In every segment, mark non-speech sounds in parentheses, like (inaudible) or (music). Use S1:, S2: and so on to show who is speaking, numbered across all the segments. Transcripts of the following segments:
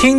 S1: 听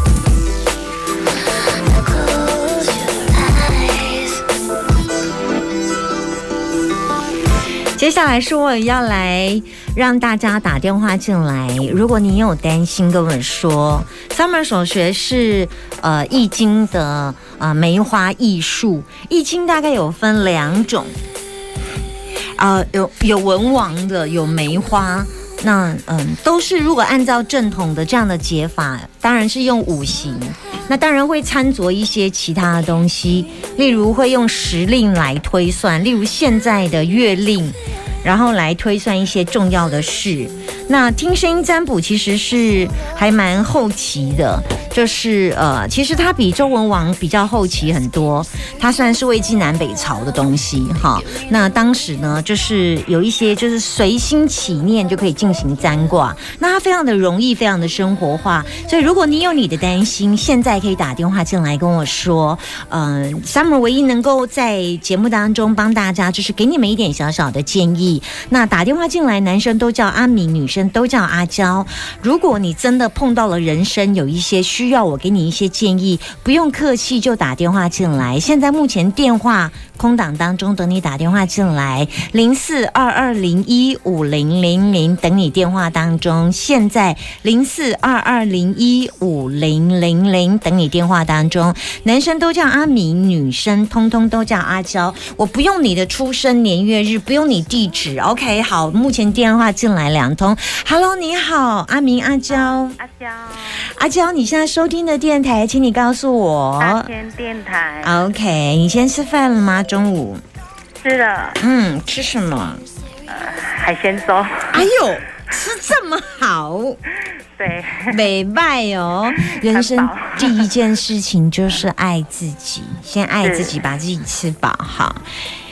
S2: your eyes.
S3: 接下来是我要来让大家打电话进来。如果你有担心，跟我说。Summer 所学是呃易经的呃梅花易数，易经大概有分两种，啊、有有文王的，有梅花。那嗯，都是如果按照正统的这样的解法，当然是用五行，那当然会掺着一些其他的东西，例如会用时令来推算，例如现在的月令，然后来推算一些重要的事。那听声音占卜其实是还蛮后期的，就是呃，其实它比周文王比较后期很多，它虽然是魏晋南北朝的东西哈。那当时呢，就是有一些就是随心起念就可以进行占卦，那它非常的容易，非常的生活化。所以如果你有你的担心，现在可以打电话进来跟我说。嗯、s u m m e r 唯一能够在节目当中帮大家，就是给你们一点小小的建议。那打电话进来，男生都叫阿明，女生都叫阿娇。如果你真的碰到了人生有一些需要，我给你一些建议，不用客气，就打电话进来。现在目前电话空档当中，等你打电话进来，零四二二零一五零零零，等你电话当中。现在零四二二零一五零零零，等你电话当中。男生都叫阿明，女生通通都叫阿娇。我不用你的出生年月日，不用你地址。OK，好，目前电话进来两通。Hello，你好，阿明、阿娇、
S4: 阿娇，
S3: 阿娇，你现在收听的电台，请你告诉
S4: 八
S3: 我。
S4: 天电台、
S3: OK，你先吃饭了吗？中午？
S4: 吃了
S3: 嗯，吃什么？
S4: 海鲜粥， (laughs)
S3: 哎呦，吃这么好，
S4: 对， (laughs)
S3: 美拜哦！人生
S4: 很饱
S3: 第一件事情就是爱自己，先爱自己，把自己吃饱好。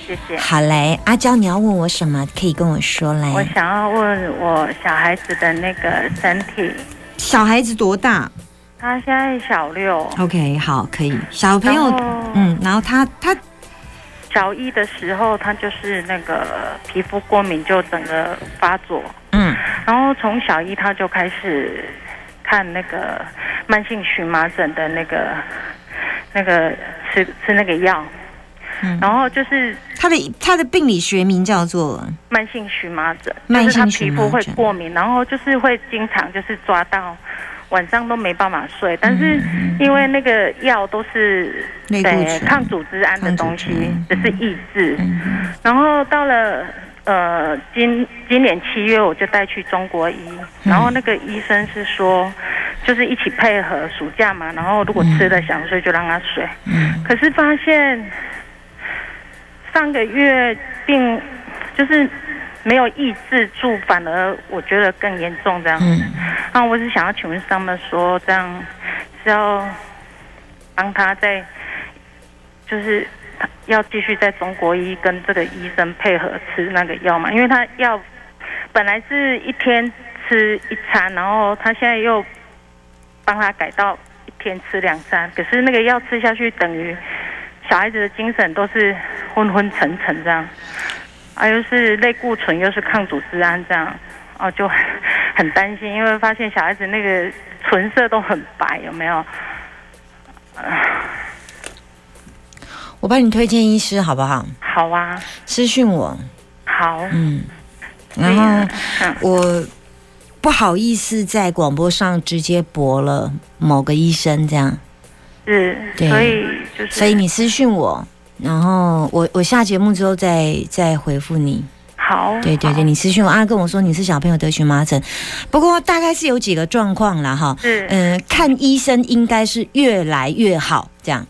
S4: 谢谢。
S3: 好嘞，阿娇，你要问我什么？可以跟我说
S4: 我
S3: 来。
S4: 想要问我小孩子的那个身体，
S3: 小孩子多大
S4: 他现在小六，
S3: ？OK，好，可以。小朋友
S4: 然后，
S3: 嗯，然后他他
S4: 小一的时候他就是那个皮肤过敏就整个发作，
S3: 嗯
S4: 然后从小一他就开始看那个慢性荨麻疹的那个那个吃吃那个药，
S3: 嗯
S4: 然后就是
S3: 他的他的病理学名叫做
S4: 慢性荨麻疹，
S3: 慢
S4: 就是他
S3: 性
S4: 皮
S3: 荨麻
S4: 肤会
S3: 疹
S4: 过敏，然后就是会经常就是抓到晚上都没办法睡，但是因为那个药都是
S3: 类嗯固
S4: 对
S3: 醇。
S4: 抗组织胺的东西
S3: 抗，
S4: 只是抑制。
S3: 嗯
S4: 然后到了呃今今年七月，我就带去中国医，
S3: 嗯
S4: 然后那个医生是说，就是一起配合暑假嘛，然后如果吃
S3: 嗯
S4: 了想睡就让他睡。可是发现上个月病就是没有抑制住，反而我觉得更严重这样。
S3: 嗯，
S4: 那我是想要请问他们说，这样是要帮他在，就是他要继续在中国医跟这个医生配合吃那个药嘛？因为他药本来是一天吃一餐，然后他现在又帮他改到一天吃两餐，可是那个药吃下去等于小孩子的精神都是昏昏沉沉这样，啊，又是类固醇，又是抗组织胺这样，哦，就很担心，因为发现小孩子那个唇色都很白，有没有？
S3: 我帮你推荐医师好不好？
S4: 好啊，
S3: 私讯我，
S4: 好，
S3: 嗯，
S4: 对
S3: 然
S4: 啊
S3: 后
S4: 嗯，
S3: 我不好意思在广播上直接驳了某个医生这样。
S4: 是，
S3: 对
S4: 所以就是，
S3: 所以你私讯我，然后我我下节目之后再再回复你。
S4: 好，
S3: 对对对，
S4: 嗯好
S3: 你私讯我啊，跟我说你是小朋友得荨麻疹，不过大概是有几个状况啦哈。
S4: 是，
S3: 嗯、看医生应该是越来越好这样。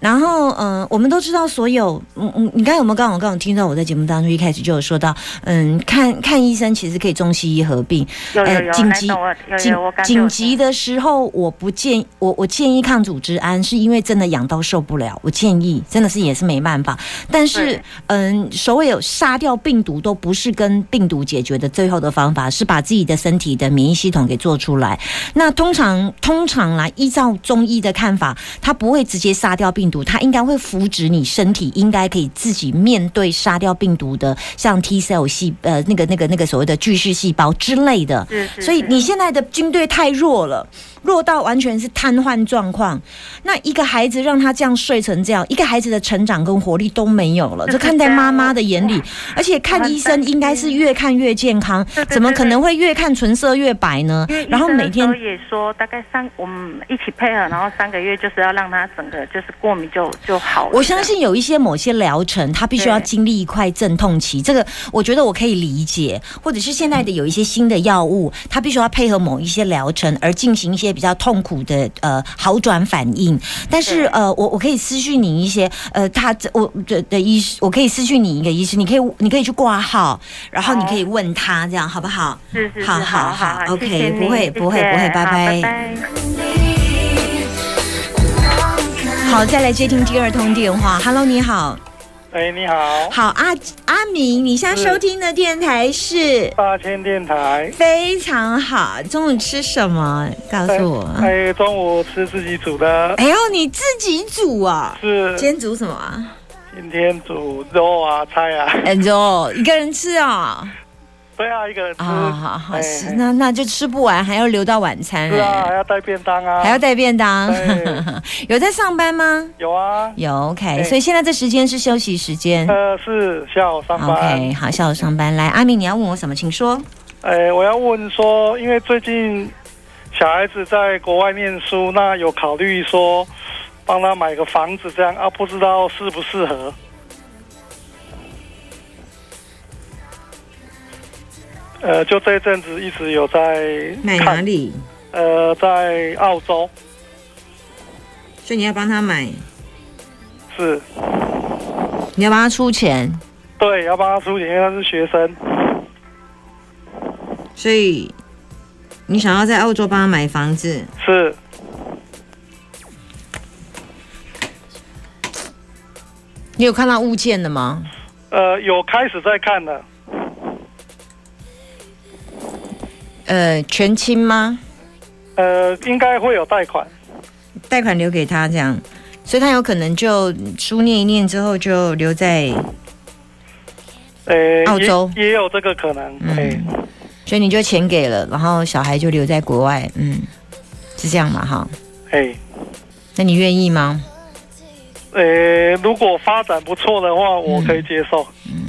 S3: 然后，嗯、我们都知道，所有，嗯嗯，你刚才有没有刚好刚好听到我在节目当中一开始就有说到，嗯，看看医生其实可以中西医合并，
S4: 有有
S3: 呃
S4: 有，
S3: 紧
S4: 那
S3: 急
S4: 种我有
S3: 紧
S4: 有，我感觉
S3: 紧
S4: 我
S3: 急的时候，我不建我我建议抗组织胺，是因为真的痒到受不了。我建议真的是也是没办法，但是
S4: 对
S3: 嗯，所谓有杀掉病毒，都不是跟病毒解决的最后的方法，是把自己的身体的免疫系统给做出来。那通常通常来依照中医的看法，它不会直接杀掉病毒，它应该会扶植你身体，应该可以自己面对杀掉病毒的，像 T cell 细呃那个那个那个所谓的巨噬细胞之类的。
S4: 是是
S3: 所以
S4: 是
S3: 你现在的军队太弱了，弱到完全是瘫痪状况。那一个孩子让他这样睡成这样，一个孩子的成长跟活力都没有
S4: (laughs)
S3: 了，
S4: 是
S3: 这看在
S4: 这样
S3: 妈妈的眼里
S4: 哇，
S3: 而且看医生应该是越看越健康
S4: 啊对，对
S3: 怎么
S4: 对
S3: 可能会越看唇色越白呢
S4: 因为？
S3: 然后每天
S4: 医生那时候也说，大概三我们一起配合，然后三个月就是要让他整个就是过敏就就好了。
S3: 我相信有一些某些疗程，它必须要
S4: 对
S3: 经历一块阵痛期，这个我觉得我可以理解。或者是现在的有一些新的药物，它必须要配合某一些疗程而进行一些比较痛苦的呃好转反应。但是
S4: 对
S3: 呃，我我可以私讯你一些呃，他我的的医师，我可以私讯你一个医师，你可以你可以去挂号，然后你可以问他这样好不好？
S4: 是是是，
S3: 好好
S4: 好
S3: 好，OK，
S4: 谢谢你
S3: 不会
S4: 谢谢
S3: 不会不会拜拜
S4: 好拜拜。
S3: 好，再来接听第二通电话。Hello，你好，
S5: 哎，你好，
S3: 好阿阿明，你现在
S5: 是
S3: 收听的电台是。
S5: 八千电台。
S3: 非常好，中午吃什么？告诉我。
S5: 哎，中午吃自己煮的，
S3: 哎呦，你自己煮啊？
S5: 是
S3: 今天煮什么啊？
S5: 今天煮肉啊、菜啊。
S3: 哎呦，一个人吃啊、
S5: 对啊，一个人吃。
S3: 啊，好好
S5: 哎
S3: 吃，那那就吃不完，还要留到晚餐
S5: 是啊，还
S3: 哎，
S5: 要带便当啊。
S3: 还要带便当
S5: 对。
S3: 有在上班吗？
S5: 有啊，
S3: 有，OK。
S5: 对
S3: 所以现在这时间是休息时间。
S5: 呃，是下午上
S3: 嗯
S5: 班。
S3: OK，好，下午上班。来，阿明，你要问我什么？请说。
S5: 哎，我要问说，因为最近小孩子在国外念书，那有考虑说帮他买个房子这样啊，不知道适不适合。呃，就这一阵子一直有在看，
S3: 里？
S5: 呃，在澳洲
S3: 所以你要帮他买，
S5: 是，
S3: 你要帮他出钱，
S5: 对，要帮他出钱，因为他是学生，
S3: 所以你想要在澳洲帮他买房子。
S5: 是
S3: 你有看到物件了吗？
S5: 呃，有开始在看了，
S3: 呃，全清吗？
S5: 呃，应该会有贷款，
S3: 贷款留给他这样，所以他有可能就书念一念之后就留在，
S5: 呃，
S3: 澳洲
S5: 也也有这个可能，
S3: 嗯
S5: 哎、
S3: 所以你就钱给了，然后小孩就留在国外，嗯，是这样嘛哈？
S5: 哎。
S3: 那你愿意吗？
S5: 呃，如果发展不错的话，我可以接受。
S3: 嗯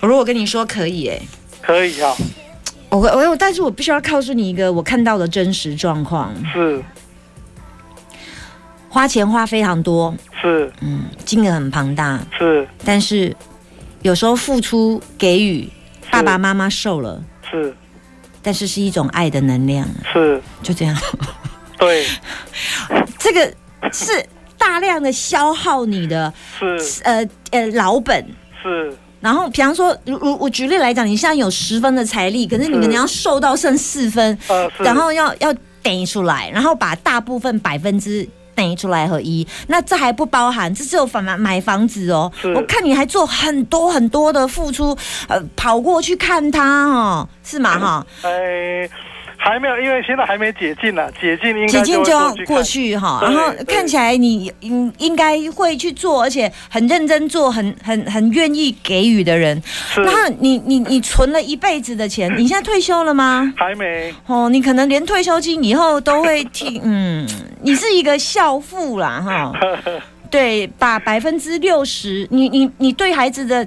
S3: 我如果跟你说可以、欸，
S5: 可以啊，
S3: 我会，我会，但是我必须要告诉你一个我看到的真实状况，
S5: 是
S3: 花钱花非常多，
S5: 是
S3: 嗯，金额很庞大，
S5: 是
S3: 但是有时候付出给予，爸爸妈妈受了，
S5: 是
S3: 但是是一种爱的能量，啊
S5: 是，
S3: 就这样。 (laughs)
S5: 对，
S3: 这个是大量的消耗你的
S5: 是
S3: 呃呃老本。
S5: 是
S3: 然后，比方说，如如我举例来讲，你现在有十分的财力，可是你可
S5: 是
S3: 能要瘦到剩四分，
S5: 呃是，
S3: 然后要要等出来，然后把大部分百分之。等出来和一，那这还不包含，这只有房买买房子哦
S5: 是。
S3: 我看你还做很多很多的付出，呃，跑过去看他哦，是吗？哈、
S5: 哎、还没有，因为现在还没解禁呢、解禁应该
S3: 解禁就
S5: 会
S3: 要
S5: 过去
S3: 过
S5: 看。
S3: 去哈，
S5: 对
S3: 然后
S5: 对
S3: 看起来你应应该会去做，而且很认真做，很很很愿意给予的人。
S5: 是
S3: 然后你你你存了一辈子的
S5: (clears throat)
S3: 钱，你现在退休了吗？
S5: 还没 (laughs)
S3: 哦，你可能连退休金以后都会替，嗯，你是一个孝父啦
S5: (laughs)
S3: 哈。对，把百分之六十，你你你对孩子的，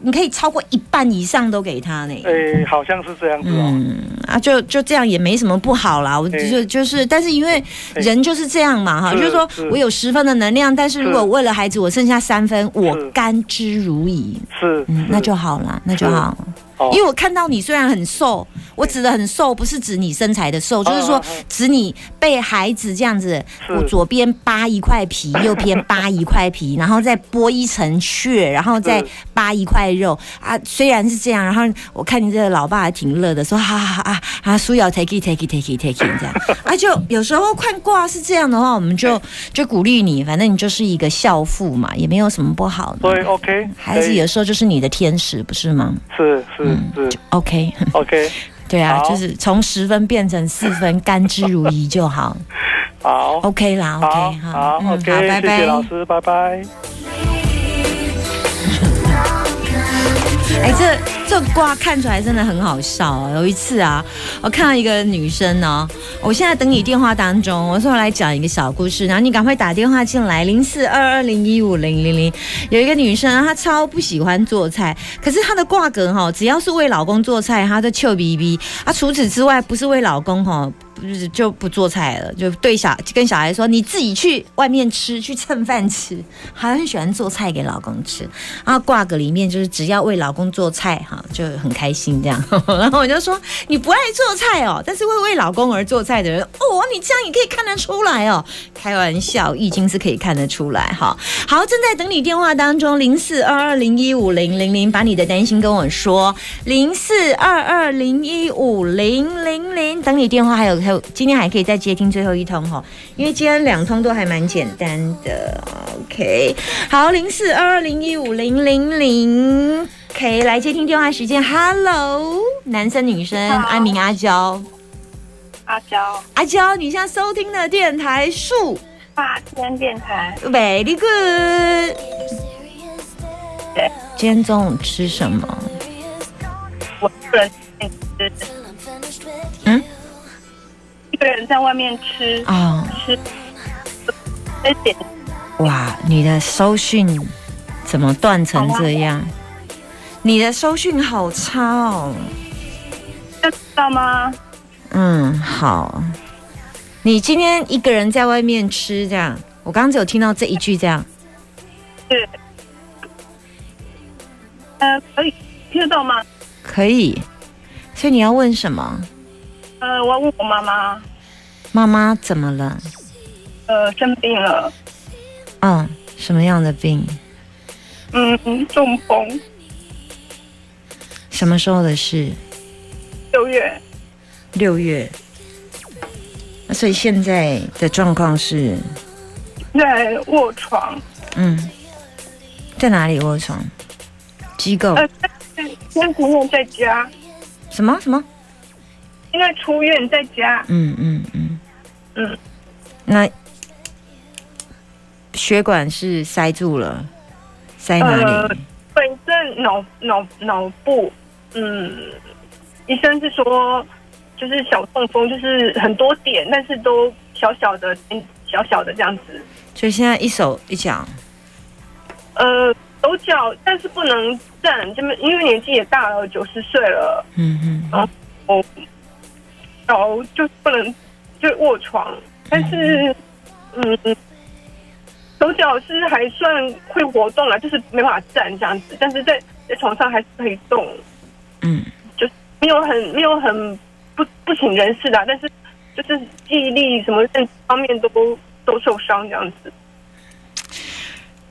S3: 你可以超过一半以上都给他呢。
S5: 哎、好像是这样子哦。
S3: 嗯啊，就就这样也没什么不好啦。我
S5: 哎
S3: 就就是，但是因为
S5: 哎
S3: 人就是这样嘛哈，
S5: 是
S3: 就是说
S5: 是
S3: 我有十分的能量，但是如果为了孩子我剩下三分，我甘之如饴，
S5: 是，
S3: 嗯，
S5: 是
S3: 那就好啦，那就好。
S5: 哦
S3: 因为我看到你虽然很瘦，我指的很瘦不是指你身材的瘦，就是说
S5: 啊啊
S3: 指你被孩子这样子，
S5: 是
S3: 我左边扒一块皮，右边扒一块皮，然后再剥一层血，然后再
S5: 是
S3: 扒一块肉啊。虽然是这样，然后我看你这个老爸还挺乐的，说哈哈啊啊，苏瑶 take it take it take it take it 这
S5: (laughs)
S3: 样啊，就有时候看卦是这样的话，我们就就鼓励你，反正你就是一个孝父嘛，也没有什么不好的。
S5: 所以 OK，
S3: 孩子
S5: 可以
S3: 有时候就是你的天使，不是吗
S5: 是是是
S3: ？OK，
S5: OK，
S3: 对啊，
S5: 好
S3: 就是从十分变成四分，甘之如饴就好。
S5: 好
S3: 哦 OK 啦
S5: 好
S3: ，OK，
S5: 好
S3: 嗯，好，
S5: ，OK，
S3: 拜
S5: 谢谢
S3: 拜。
S5: 老师，拜拜。
S3: 哎、这这瓜看出来真的很好笑啊！有一次啊，我看到一个女生哦，我现在等你电话当中，我说我来讲一个小故事，然后你赶快打电话进来，零四二二零一五零零零。有一个女生啊，她超不喜欢做菜，可是她的挂梗哈、哦，只要是为老公做菜，她就臭逼逼。啊，除此之外，不是为老公哈、哦。不是就不做菜了，就对小就跟小孩说，你自己去外面吃，去蹭饭吃。还很喜欢做菜给老公吃，然后挂个里面就是只要为老公做菜哈，就很开心这样。 (laughs) 然后我就说你不爱做菜哦，但是会为老公而做菜的人哦，你这样也可以看得出来哦。开玩笑，易经是可以看得出来哈。好，正在等你电话当中，零四二二零一五零零零，把你的担心跟我说，零四二二零一五零零零，等你电话还有还有，今天还可以再接听最后一通哈，因为今天两通都还蛮简单的。OK，好，零四二二零一五零零零，OK，来接听电话时间。Hello，男生女生，
S6: Hello
S3: 阿明阿娇，
S6: 阿娇，
S3: 阿娇，你现在收听的电台数
S6: 霸天电台，
S3: Very Good。今天中午吃什么？
S6: 我一个人吃，
S3: 嗯
S6: 一个人在外面吃
S3: 啊、
S6: 吃，在点
S3: 哇，你的收讯怎么断成这样？你的收讯好差哦。
S6: 要知道吗？
S3: 嗯，好。你今天一个人在外面吃，这样，我刚刚只有听到这一句，这样。
S6: 是，呃，可以听得懂吗？
S3: 可以。所以你要问什么？
S6: 呃，我要问我妈妈，
S3: 妈妈怎么了？
S6: 呃，生病了，
S3: 嗯，什么样的病？
S6: 嗯，中风，
S3: 什么时候的事？
S6: 六月，
S3: 六月。那所以现在的状况是，
S6: 在卧床，
S3: 嗯，在哪里卧床？机构？
S6: 呃，在先出院在家，
S3: 什么什么？
S6: 现在出院在家，
S3: 嗯嗯嗯
S6: 嗯。
S3: 那血管是塞住了，塞哪里？
S6: 呃本身脑脑脑部，嗯，医生是说就是小痛风，就是很多点，但是都小小的，嗯小小的这样子。
S3: 所以现在一手一脚，
S6: 呃，手脚，但是不能站，这么因为年纪也大了，九十岁了，
S3: 嗯嗯
S6: 哦，脚就不能就卧床，但是嗯。手脚是还算会活动了，就是没办法站这样子，但是在在床上还是可以动。
S3: 嗯，
S6: 就是没有很没有很不不省人事的啊、但是就是记忆力什么认知方面都都受伤这样子。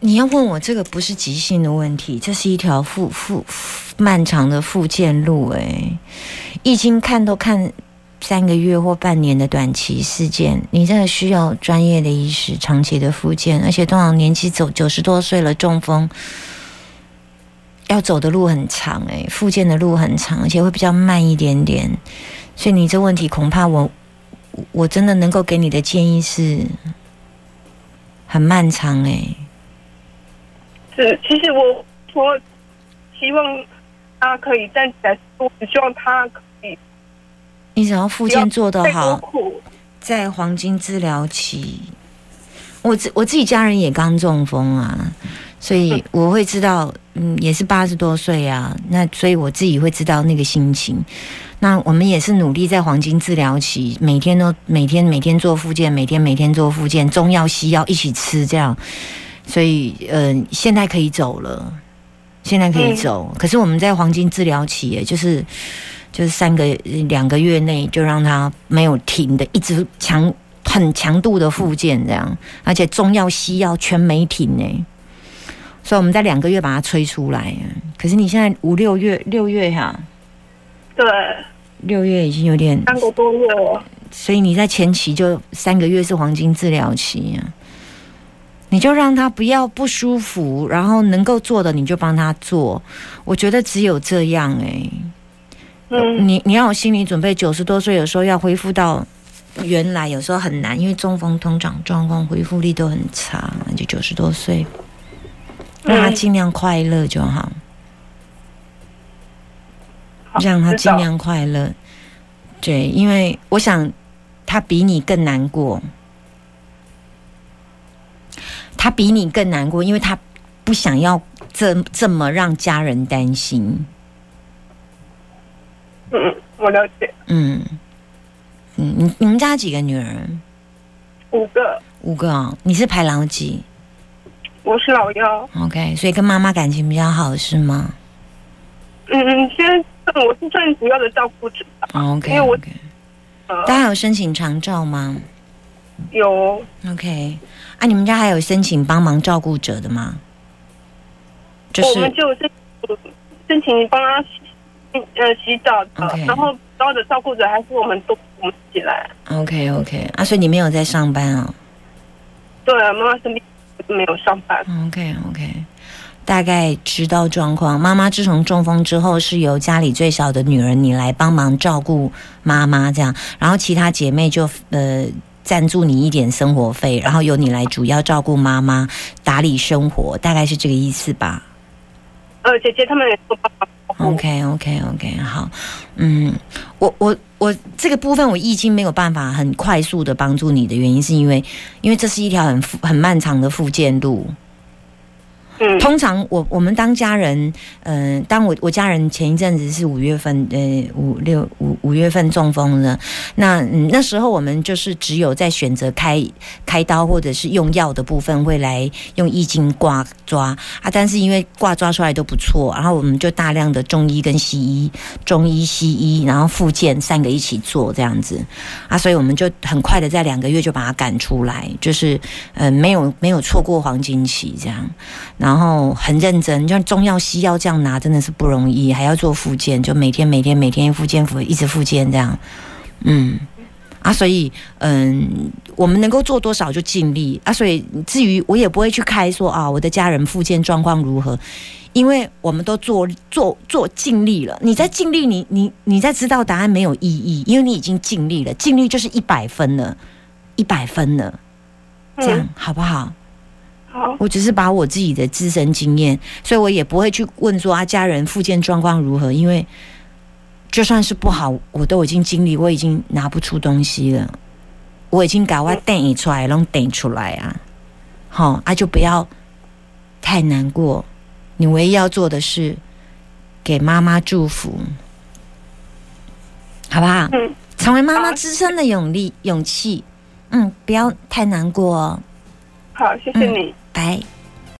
S3: 你要问我这个不是急性的问题，这是一条复复复漫长的复健路、哎，易经看都看三个月或半年的短期事件，你这个需要专业的医师长期的复健，而且通常年纪走九十多岁了，中风。要走的路很长哎、复健的路很长，而且会比较慢一点点，所以你这问题恐怕我我我真的能够给你的建议是很漫长哎、
S6: 是，其实我我希望他可以站起来，我只希望他可以
S3: 你只要复
S6: 不
S3: 健
S6: 要
S3: 做得
S6: 太多
S3: 好，
S6: 苦。
S3: 在黄金治疗期，我自我自己家人也刚中风啊，所以我会知道，嗯，也是八十多岁啊，那所以我自己会知道那个心情。那我们也是努力在黄金治疗期，每天都每天每天做复健，每天每天做复健，中药西药一起吃这样。所以，嗯、呃，现在可以走了，现在可以
S6: 嗯
S3: 走。可是我们在黄金治疗期耶，就是就是三个两个月内就让他没有停的，一直强很强度的复健这样，而且中药西药全没停呢。所以我们在两个月把它催出来。可是你现在五六月六月哈、
S6: 对，
S3: 六月已经有点，
S6: 三个多月哦了，
S3: 所以你在前期就三个月是黄金治疗期啊，你就让他不要不舒服，然后能够做的你就帮他做，我觉得只有这样哎、
S6: 嗯，
S3: 欸你你要有心理准备，九十多岁有时候要恢复到原来，有时候很难，因为中风通常状况恢复力都很差，就九十多岁，让
S6: 嗯
S3: 他尽量快乐就好，
S6: 好
S3: 让他
S6: 知
S3: 尽
S6: 道
S3: 量快乐。对，因为我想他比你更难过，他比你更难过，因为他不想要这这么让家人担心。
S6: 嗯，我了解。
S3: 嗯，嗯，你你们家几个女儿？
S6: 五个，
S3: 五个哦，你是排老几
S6: 我是老幺。
S3: ？OK，所以跟妈妈感情比较好是吗
S6: 嗯，现在嗯我是算主要的照顾者，啊因
S3: ？OK
S6: 为我
S3: OK，大
S6: 呃，
S3: 家有申请长照吗
S6: 有
S3: ？OK，啊，你们家还有申请帮忙照顾者的吗？就
S6: 我们
S3: 是
S6: 就申申请帮他洗呃洗澡的
S3: OK
S6: 然后主要的照顾者还是我们都我们起来。
S3: OK OK，啊，所以你没有在上班哦。
S6: 对，妈妈生病没有上班。
S3: OK OK，大概知道状况。妈妈自从中风之后，是由家里最小的女儿你来帮忙照顾妈妈这样，然后其他姐妹就呃。赞助你一点生活费，然后由你来主要照顾妈妈、打理生活，大概是这个意思吧。
S6: 呃，姐姐他们也都帮忙照顾。
S3: OK OK OK，好，嗯，我我我这个部分我已经没有办法很快速的帮助你的原因，是因为因为这是一条很复很漫长的复健路，
S6: 嗯
S3: 通常我我们当家人，嗯、当我我家人前一阵子是五月份，呃，五六五五月份中风了。那、嗯、那时候我们就是只有在选择开开刀或者是用药的部分会来用易经挂抓啊，但是因为挂抓出来都不错，然后我们就大量的中医跟西医，中医西医，然后复健三个一起做这样子啊，所以我们就很快的在两个月就把它赶出来，就是嗯、呃没有没有错过黄金期这样。然后很认真，就中药西药这样拿真的是不容易，还要做复健，就每天每天每天复健复一直复健这样，嗯。啊，所以，嗯，我们能够做多少就尽力啊。所以，至于我也不会去开说啊，我的家人复健状况如何，因为我们都做做做尽力了。你在尽力，你你你在知道答案没有意义，因为你已经尽力了，尽力就是一百分了，一百分了，这样、
S6: 嗯，
S3: 好不好？
S6: 好，
S3: 我只是把我自己的自身经验，所以我也不会去问说啊家人复健状况如何，因为就算是不好，我都已经经历，我已经拿不出东西了，我已经搞我顶出来，弄顶出来啊，好、啊就不要太难过，你唯一要做的是给妈妈祝福，好不好？
S6: 嗯，
S3: 成为妈妈支撑的勇力勇气，嗯，不要太难过哦，
S6: 好，谢谢你。
S3: 拜。